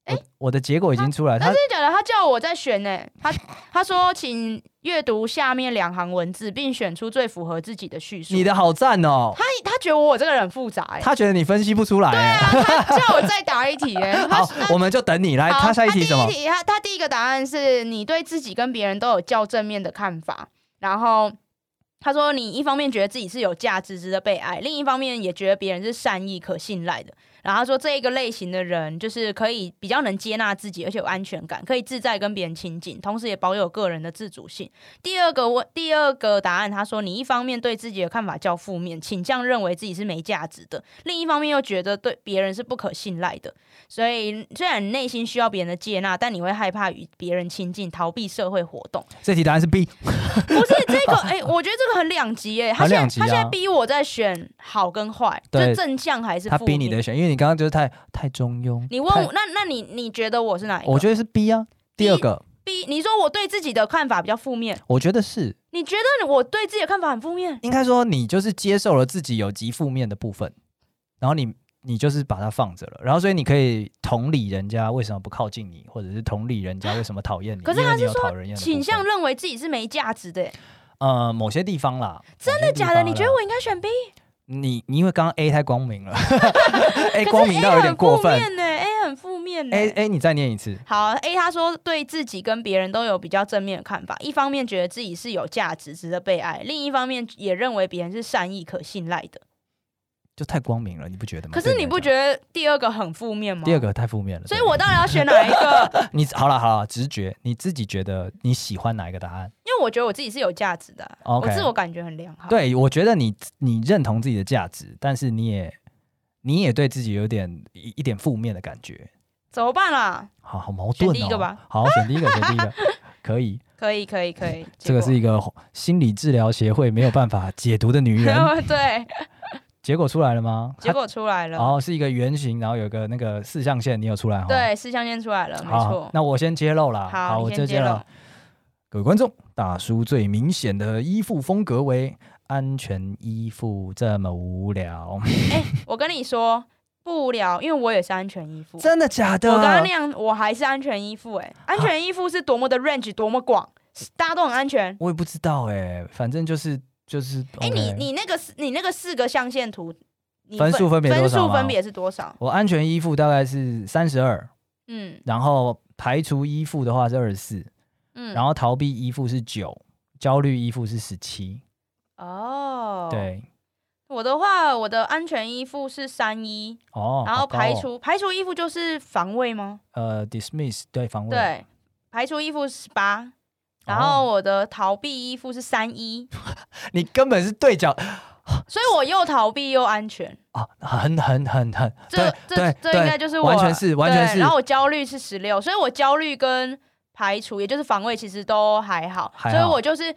[SPEAKER 2] 诶
[SPEAKER 1] 我我的结果已经出来，
[SPEAKER 2] 但
[SPEAKER 1] 他
[SPEAKER 2] 是假的，他叫我在选呢、他他说请阅读下面两行文字，并选出最符合自己的叙述。
[SPEAKER 1] 你的好赞哦、
[SPEAKER 2] 他啊他觉得我这个人很复杂、欸，
[SPEAKER 1] 他觉得你分析不出来、欸。
[SPEAKER 2] 他叫我再答一题、欸，哎，
[SPEAKER 1] 好，我们就等你来。他下一题
[SPEAKER 2] 第
[SPEAKER 1] 什么
[SPEAKER 2] 一？题，他他第一个答案是你对自己跟别人都有较正面的看法，然后。他说：“你一方面觉得自己是有价值、值得被爱，另一方面也觉得别人是善意、可信赖的。然后他说，这一个类型的人就是可以比较能接纳自己，而且有安全感，可以自在跟别人亲近，同时也保有个人的自主性。第二个问，第二个答案，他说你一方面对自己的看法较负面，倾向认为自己是没价值的，另一方面又觉得对别人是不可信赖的。所以，虽然你内心需要别人的接纳，但你会害怕与别人亲近，逃避社会活动。
[SPEAKER 1] 这题答案是 B。
[SPEAKER 2] 不是这 个，哎、我觉得这个很两极，哎，他
[SPEAKER 1] 很
[SPEAKER 2] 现在、
[SPEAKER 1] 两极啊
[SPEAKER 2] 他现在逼我在选好跟坏，就
[SPEAKER 1] 对
[SPEAKER 2] 是正向还是
[SPEAKER 1] 他
[SPEAKER 2] 负
[SPEAKER 1] 逼
[SPEAKER 2] 面？
[SPEAKER 1] 你的选，因为你刚刚就是太太中庸。
[SPEAKER 2] 你
[SPEAKER 1] 太
[SPEAKER 2] 问我，那那你你觉得我是哪一个？
[SPEAKER 1] 我觉得是 B 啊。第二个，
[SPEAKER 2] 逼你说我对自己的看法比较负面，
[SPEAKER 1] 我觉得是
[SPEAKER 2] 你觉得我对自己的看法很负面？
[SPEAKER 1] 应该说你就是接受了自己有极负面的部分，然后你你就是把它放着了，然后所以你可以同理人家为什么不靠近你，或者是同理人家为什么讨厌你，
[SPEAKER 2] 可是
[SPEAKER 1] 因为
[SPEAKER 2] 他
[SPEAKER 1] 你
[SPEAKER 2] 是
[SPEAKER 1] 有讨人厌的部
[SPEAKER 2] 倾
[SPEAKER 1] 分
[SPEAKER 2] 向认为自己是没价值的，哎
[SPEAKER 1] 呃，某些地方啦，
[SPEAKER 2] 真的假的？你觉得
[SPEAKER 1] 我？
[SPEAKER 2] 我应该选 B？
[SPEAKER 1] 你你因为刚刚 A 太光明 了，A 光明到有点过
[SPEAKER 2] 很
[SPEAKER 1] 分
[SPEAKER 2] 负。面呢，A 很负面呢。
[SPEAKER 1] A A，你再念一次。
[SPEAKER 2] 好，A 他说对自己跟别人都有比较正面的看法，一方面觉得自己是有价值、值得被爱，另一方面也认为别人是善意、可信赖的。
[SPEAKER 1] 就太光明了，你不觉得吗？
[SPEAKER 2] 可是你不觉
[SPEAKER 1] 得？
[SPEAKER 2] 得第二个很负面吗？
[SPEAKER 1] 第二，个太负面了，
[SPEAKER 2] 所以
[SPEAKER 1] 对
[SPEAKER 2] 我当然要选哪 一个，
[SPEAKER 1] 你好了好了，直觉你自己觉得你喜欢哪一个答案？
[SPEAKER 2] 因为我觉得我自己是有价值的啊
[SPEAKER 1] OK
[SPEAKER 2] 我自我感觉很良好。，
[SPEAKER 1] 对，我觉得你你认同自己的价值，但是你也你也对自己有点一一点负面的感觉，
[SPEAKER 2] 怎么办啦？
[SPEAKER 1] 好好矛盾哦。
[SPEAKER 2] 选第一个吧，
[SPEAKER 1] 好选第一个，选第一 个，可以。
[SPEAKER 2] 可以，可以，可以。
[SPEAKER 1] 这个是一个心理治疗协会没有办法解读的女
[SPEAKER 2] 结
[SPEAKER 1] 人，
[SPEAKER 2] 果对，
[SPEAKER 1] 结果出来了吗？
[SPEAKER 2] 结果出来了，
[SPEAKER 1] 然后是一个圆形，然后有个那个四象限，你有出来哈？，
[SPEAKER 2] 对，四象限出来了，没
[SPEAKER 1] 好
[SPEAKER 2] 错，。
[SPEAKER 1] 那我先揭露啦。
[SPEAKER 2] 好，
[SPEAKER 1] 我
[SPEAKER 2] 你
[SPEAKER 1] 就
[SPEAKER 2] 先揭露
[SPEAKER 1] 露。。各位观众，大叔最明显的衣服风格为安全衣服，这么无聊。
[SPEAKER 2] 嗯哎、我跟你说，不了，因为我也是安全依附。
[SPEAKER 1] 真的假的？
[SPEAKER 2] 我刚刚那样，我还是安全依附
[SPEAKER 1] 啊
[SPEAKER 2] 哎、安全依附是多么的 range 多么广，大家都很安全。
[SPEAKER 1] 我也不知道哎、反正就是就是。哦 OK
[SPEAKER 2] 哎、你你那个四你那个四个象限图，你
[SPEAKER 1] 分数分别多
[SPEAKER 2] 分
[SPEAKER 1] 少吗
[SPEAKER 2] 数分别是多少？
[SPEAKER 1] 我安全依附大概是三十二，
[SPEAKER 2] 嗯
[SPEAKER 1] 然后排除依附的话是二十四，
[SPEAKER 2] 嗯，
[SPEAKER 1] 然后逃避依附是九，焦虑依附是十七。
[SPEAKER 2] 哦，，
[SPEAKER 1] 对，
[SPEAKER 2] 我的话，我的安全依附是三一，
[SPEAKER 1] 哦，
[SPEAKER 2] 然后
[SPEAKER 1] 好高
[SPEAKER 2] 排
[SPEAKER 1] 哦
[SPEAKER 2] 除、排除依附就是防卫吗？
[SPEAKER 1] 呃 dismiss 对防卫，哦
[SPEAKER 2] 对，排除依附是八，然后我的逃避依附是三一，
[SPEAKER 1] 你根本是对角
[SPEAKER 2] 所以我又逃避又安全。
[SPEAKER 1] 啊，很很很很
[SPEAKER 2] 这
[SPEAKER 1] 对
[SPEAKER 2] 这
[SPEAKER 1] 对
[SPEAKER 2] 这
[SPEAKER 1] 对，
[SPEAKER 2] 应该就是我
[SPEAKER 1] 完全是完全
[SPEAKER 2] 对
[SPEAKER 1] 是。
[SPEAKER 2] 然后我焦虑是十六，所以我焦虑跟排除，也就是防卫，其实都还好，
[SPEAKER 1] 还
[SPEAKER 2] 所
[SPEAKER 1] 好
[SPEAKER 2] 以我就是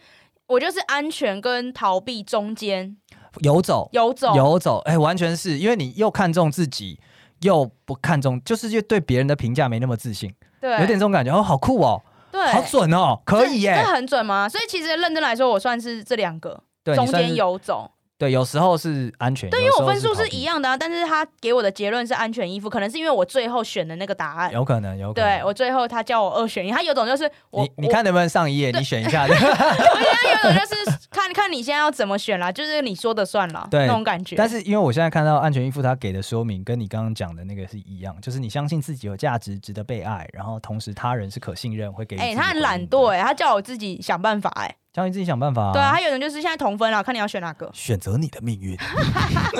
[SPEAKER 2] 我就是安全跟逃避中间
[SPEAKER 1] 游走
[SPEAKER 2] 游走。
[SPEAKER 1] 游走，哎、完全是因为你又看重自己，又不看重，就是又对别人的评价没那么自信，
[SPEAKER 2] 对，
[SPEAKER 1] 有点这种感觉。哦，好酷哦，
[SPEAKER 2] 对，
[SPEAKER 1] 好准哦，可以
[SPEAKER 2] 这
[SPEAKER 1] 耶
[SPEAKER 2] 这。很准吗？所以其实认真来说，我算是这两个
[SPEAKER 1] 对，
[SPEAKER 2] 中
[SPEAKER 1] 你算
[SPEAKER 2] 间
[SPEAKER 1] 是
[SPEAKER 2] 游走。
[SPEAKER 1] 对，有时候是安全，
[SPEAKER 2] 对，因
[SPEAKER 1] 有
[SPEAKER 2] 为
[SPEAKER 1] 时
[SPEAKER 2] 我
[SPEAKER 1] 候
[SPEAKER 2] 分数
[SPEAKER 1] 逃
[SPEAKER 2] 是
[SPEAKER 1] 避
[SPEAKER 2] 一，样的啊，但是他给我的结论是安全依附，可能是因为我最后选的那个答案。
[SPEAKER 1] 有可能，有可能。
[SPEAKER 2] 对我最后他叫我二选一，他有种就是我
[SPEAKER 1] 你你
[SPEAKER 2] 我
[SPEAKER 1] 看能不能上一页，
[SPEAKER 2] 对
[SPEAKER 1] 你选一 下。
[SPEAKER 2] 有种就是看看你现在要怎么选啦，就是你说的算啦，
[SPEAKER 1] 对
[SPEAKER 2] 那种感觉。
[SPEAKER 1] 但是因为我现在看到安全依附他给的说明跟你刚刚讲的那个是一样，就是你相信自己有价值，值得被爱，然后同时他人是可信任，会给你自
[SPEAKER 2] 哎、
[SPEAKER 1] 己
[SPEAKER 2] 他很
[SPEAKER 1] 回
[SPEAKER 2] 懒
[SPEAKER 1] 应的
[SPEAKER 2] 惰，哎、他叫我自己想办法哎、
[SPEAKER 1] 叫你自己想办法、
[SPEAKER 2] 对啊，，他有人就是现在同分了，看你要选哪个。
[SPEAKER 1] 选择你的命运，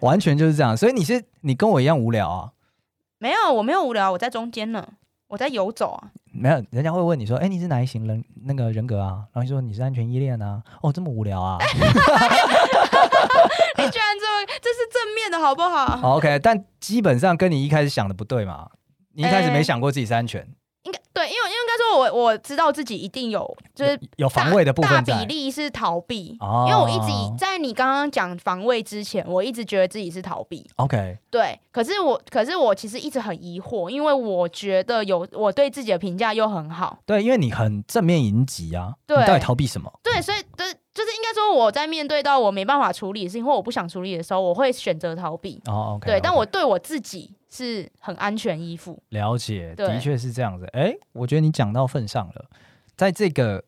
[SPEAKER 1] 完全就是这样。所以你是你跟我一样无聊啊？
[SPEAKER 2] 没有，我没有无聊，我在中间呢，我在游走 啊。
[SPEAKER 1] 没有，人家会问你说，哎、你是哪一型人那个人格啊？然后你说你是安全依恋啊？哦，这么无聊啊
[SPEAKER 2] 你哎居然这么，这是正面的好不好？
[SPEAKER 1] 好？OK，但基本上跟你一开始想的不对嘛。你一开始
[SPEAKER 2] 哎
[SPEAKER 1] 没想过自己是安全，
[SPEAKER 2] 应该对，因为因为应该说我我知道自己一定有就是
[SPEAKER 1] 有有防卫的部
[SPEAKER 2] 大
[SPEAKER 1] 分
[SPEAKER 2] 比
[SPEAKER 1] 在。
[SPEAKER 2] 例是逃避。
[SPEAKER 1] 哦
[SPEAKER 2] 因为我一直以在你刚刚讲防卫之前，我一直觉得自己是逃避，
[SPEAKER 1] OK，
[SPEAKER 2] 对，可是我，可是我其实一直很疑惑，因为我觉得有我对自己的评价又很好，
[SPEAKER 1] 对，因为你很正面迎击啊，你
[SPEAKER 2] 对
[SPEAKER 1] 到底逃避什么？
[SPEAKER 2] 对，所以就是就是应该说我在面对到我没办法处理的事情或我不想处理的时候，我会选择逃避，
[SPEAKER 1] 哦，OK，
[SPEAKER 2] 对，但
[SPEAKER 1] OK
[SPEAKER 2] 我对我自己是很安全依附，
[SPEAKER 1] 了解，
[SPEAKER 2] 对
[SPEAKER 1] 的确是这样子。哎，我觉得你讲到份上了，在这个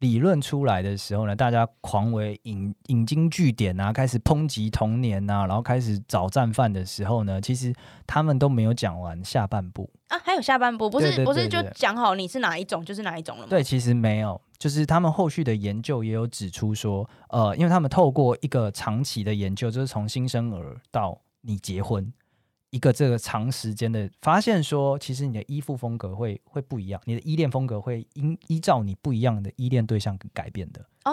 [SPEAKER 1] 理论出来的时候呢，大家狂为引引经据典啊，开始抨击童年啊，然后开始找战犯的时候呢，其实他们都没有讲完下半部。
[SPEAKER 2] 啊，还有下半部不是
[SPEAKER 1] 对对
[SPEAKER 2] 不是
[SPEAKER 1] 对
[SPEAKER 2] 就
[SPEAKER 1] 对对
[SPEAKER 2] 讲好你是哪一种就是哪一种了吗？
[SPEAKER 1] 对，其实没有，就是他们后续的研究也有指出说，呃，因为他们透过一个长期的研究，就是从新生儿到你结婚，一个这个长时间的发现说，其实你的依附风格会会不一样，你的依恋风格会因依照你不一样的依恋对象改变的。
[SPEAKER 2] 哦，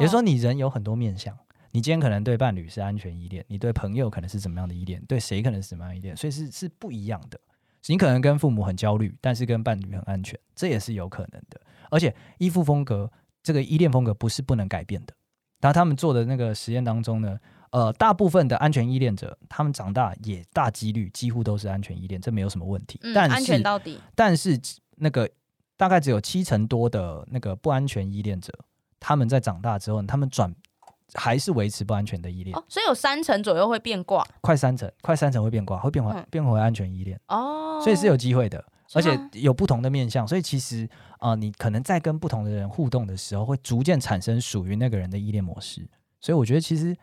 [SPEAKER 1] 也就是说，你人有很多面相。你今天可能对伴侣是安全依恋，你对朋友可能是怎么样的依恋，对谁可能是怎么样的依恋，所以是是不一样的。你可能跟父母很焦虑，但是跟伴侣很安全，这也是有可能的。而且依附风格这个依恋风格不是不能改变的。然后他们做的那个实验当中呢，呃，大部分的安全依恋者，他们长大也大几率几乎都是安全依恋，这没有什么问题。
[SPEAKER 2] 嗯，
[SPEAKER 1] 但
[SPEAKER 2] 安
[SPEAKER 1] 是
[SPEAKER 2] 全到底，
[SPEAKER 1] 但是那个大概只有七成多的那个不安全依恋者，他们在长大之后，他们转还是维持不安全的依恋，
[SPEAKER 2] 哦，所以有三成左右会变卦，
[SPEAKER 1] 快三成，快三成会变卦，会变回、
[SPEAKER 2] 嗯
[SPEAKER 1] 变回安全依恋，
[SPEAKER 2] 哦，
[SPEAKER 1] 所以是有机会的。
[SPEAKER 2] 是
[SPEAKER 1] 而
[SPEAKER 2] 吗
[SPEAKER 1] 且有不同的面相，所以其实啊、呃你可能在跟不同的人互动的时候，会逐渐产生属于那个人的依恋模式。所以我觉得其实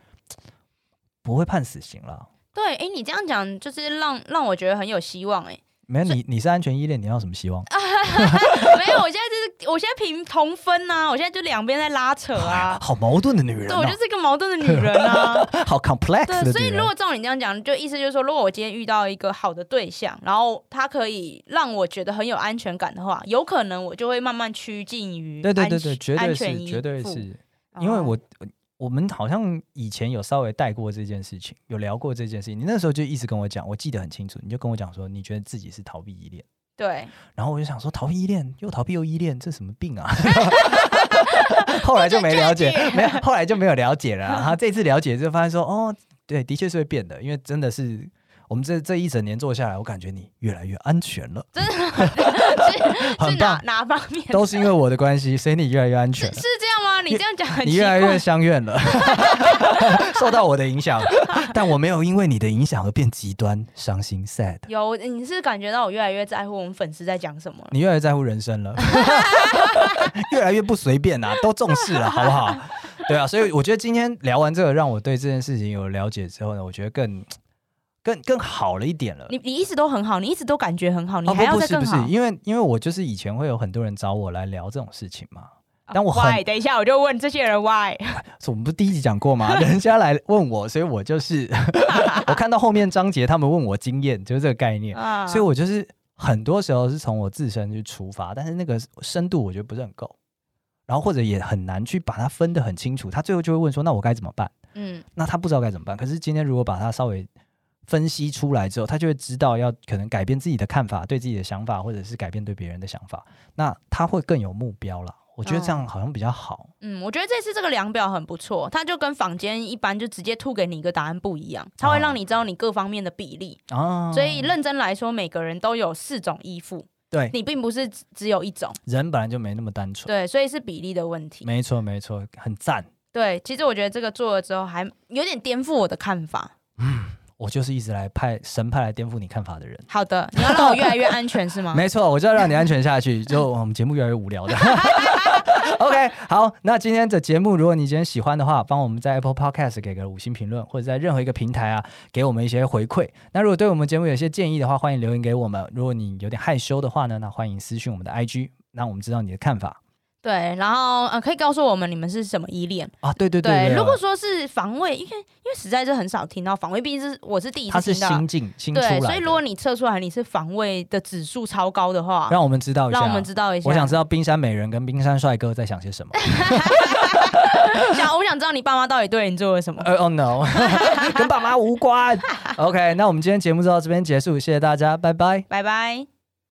[SPEAKER 1] 不会判死刑啦。
[SPEAKER 2] 对，哎，你这样讲就是让让我觉得很有希望，哎。
[SPEAKER 1] 没有
[SPEAKER 2] 所啊
[SPEAKER 1] 你，你是安全依恋，你要有什么希望？
[SPEAKER 2] 没有，我现在就是我现在平同分呐、我现在就两边在拉扯
[SPEAKER 1] 哎。
[SPEAKER 2] 啊
[SPEAKER 1] 好矛盾的女人、
[SPEAKER 2] 对，
[SPEAKER 1] 啊，
[SPEAKER 2] 我就是一个矛盾的女人 啊。
[SPEAKER 1] 好 complex 的女人。
[SPEAKER 2] 对，所以如果照你这样讲，就意思就是说，如果我今天遇到一个好的对象，然后他可以让我觉得很有安全感的话，有可能我就会慢慢趋近于
[SPEAKER 1] 对对对
[SPEAKER 2] 安全
[SPEAKER 1] 对，绝对
[SPEAKER 2] 安全
[SPEAKER 1] 是，
[SPEAKER 2] 依
[SPEAKER 1] 绝对
[SPEAKER 2] 附
[SPEAKER 1] 是，因为
[SPEAKER 2] 哦
[SPEAKER 1] 我我们好像以前有稍微带过这件事情，有聊过这件事情。你那时候就一直跟我讲，我记得很清楚，你就跟我讲说，你觉得自己是逃避依恋，
[SPEAKER 2] 对
[SPEAKER 1] 然后我就想说，逃避依恋又逃避又依恋，这什么病啊？ 后来就没了解
[SPEAKER 2] 不准，
[SPEAKER 1] 没有，后来就没有了解了啊。 然后这次了解就发现说，哦，对，的确是会变的，因为真的是我们这这一整年做下来，我感觉你越来越安全了。啊
[SPEAKER 2] 所是
[SPEAKER 1] 很
[SPEAKER 2] 哪
[SPEAKER 1] 棒
[SPEAKER 2] 哪方 面？
[SPEAKER 1] 都是因为我的关系，所以你越来越安 全
[SPEAKER 2] 是。这样吗？你这样讲很
[SPEAKER 1] 你
[SPEAKER 2] 奇
[SPEAKER 1] 越来
[SPEAKER 2] 怪。
[SPEAKER 1] 越相怨 了，受到我的影响，但我没有因为你的影响而变极端、伤心、sad。
[SPEAKER 2] 有，你是感觉到我越来越在乎我们粉丝在讲什么了。
[SPEAKER 1] 你越来越在乎人生 了， 越来越不随便啦，都重视了，好不好？对啊，所以我觉得今天聊完这个，让我对这件事情有了解之后呢，我觉得更、更、更好了一点了。
[SPEAKER 2] 你你一直都很好，你一直都感觉很好，你
[SPEAKER 1] 哦
[SPEAKER 2] 还要
[SPEAKER 1] 不不
[SPEAKER 2] 再
[SPEAKER 1] 是
[SPEAKER 2] 更
[SPEAKER 1] 不是
[SPEAKER 2] 好。，
[SPEAKER 1] 因为因为我就是以前会有很多人找我来聊这种事情嘛，
[SPEAKER 2] 啊
[SPEAKER 1] 但我很
[SPEAKER 2] why？等一下我就问这些人 why？
[SPEAKER 1] 我们不是第一集讲过 吗？人家来问我，所以我就是 我看到后面章节他们问我经验，就是这个概念，
[SPEAKER 2] 啊
[SPEAKER 1] 所以我就是很多时候是从我自身去出发，但是那个深度我觉得不是很够，然后或者也很难去把它分得很清楚，他最后就会问说，那我该怎么办？
[SPEAKER 2] 嗯
[SPEAKER 1] 那他不知道该怎么办。可是今天如果把它稍微分析出来之后，他就会知道要可能改变自己的看法，对自己的想法，或者是改变对别人的想法，那他会更有目标啦。我觉得这样好像比较好。
[SPEAKER 2] 嗯，我觉得这次这个量表很不错，它就跟坊间一般就直接吐给你一个答案不一样，它会
[SPEAKER 1] 啊
[SPEAKER 2] 让你知道你各方面的比例。
[SPEAKER 1] 啊，
[SPEAKER 2] 所以认真来说，每个人都有四种依附，
[SPEAKER 1] 对
[SPEAKER 2] 你并不是只只有一种，
[SPEAKER 1] 人本来就哎没那么单纯，
[SPEAKER 2] 对，所以是比例的问题。
[SPEAKER 1] 没错没错，很赞。
[SPEAKER 2] 对，其实我觉得这个做了之后，还有点颠覆我的看法。
[SPEAKER 1] 我就是一直来派神派来颠覆你看法的人。
[SPEAKER 2] 好的， 你要让我越来越安全是吗？
[SPEAKER 1] 没错，我就要让你安全下 去，就哦我们节目越来越无聊的。OK，好，那今天的节目，如果你今天喜欢的话，帮我们在 Apple Podcast 给个五星评论，或者在任何一个平台啊，给我们一些回馈。那如果对我们节目有一些建议的话，欢迎留言给我们。如果你有点害羞的话呢，那欢迎私讯我们的 IG，让我们知道你的看法
[SPEAKER 2] 对，然后呃，可以告诉我们你们是什么依恋？
[SPEAKER 1] 啊。对对对，
[SPEAKER 2] 如果说是防卫，因为因为实在是很少听到防卫，毕竟是我是第一
[SPEAKER 1] 他
[SPEAKER 2] 次
[SPEAKER 1] 是
[SPEAKER 2] 听到
[SPEAKER 1] 新。进新出来
[SPEAKER 2] 对，
[SPEAKER 1] 的，
[SPEAKER 2] 所以如果你测出来你是防卫的指数超高的话，
[SPEAKER 1] 让我们知道一下，
[SPEAKER 2] 让我们知道一下。
[SPEAKER 1] 我想知道冰山美人跟冰山帅哥在想些什么。
[SPEAKER 2] 想我想知道你爸妈到底对你做了什么。
[SPEAKER 1] 呃哦 no，跟爸妈无关。OK，那我们今天节目就到这边结束，谢谢大家，拜拜。
[SPEAKER 2] 拜拜。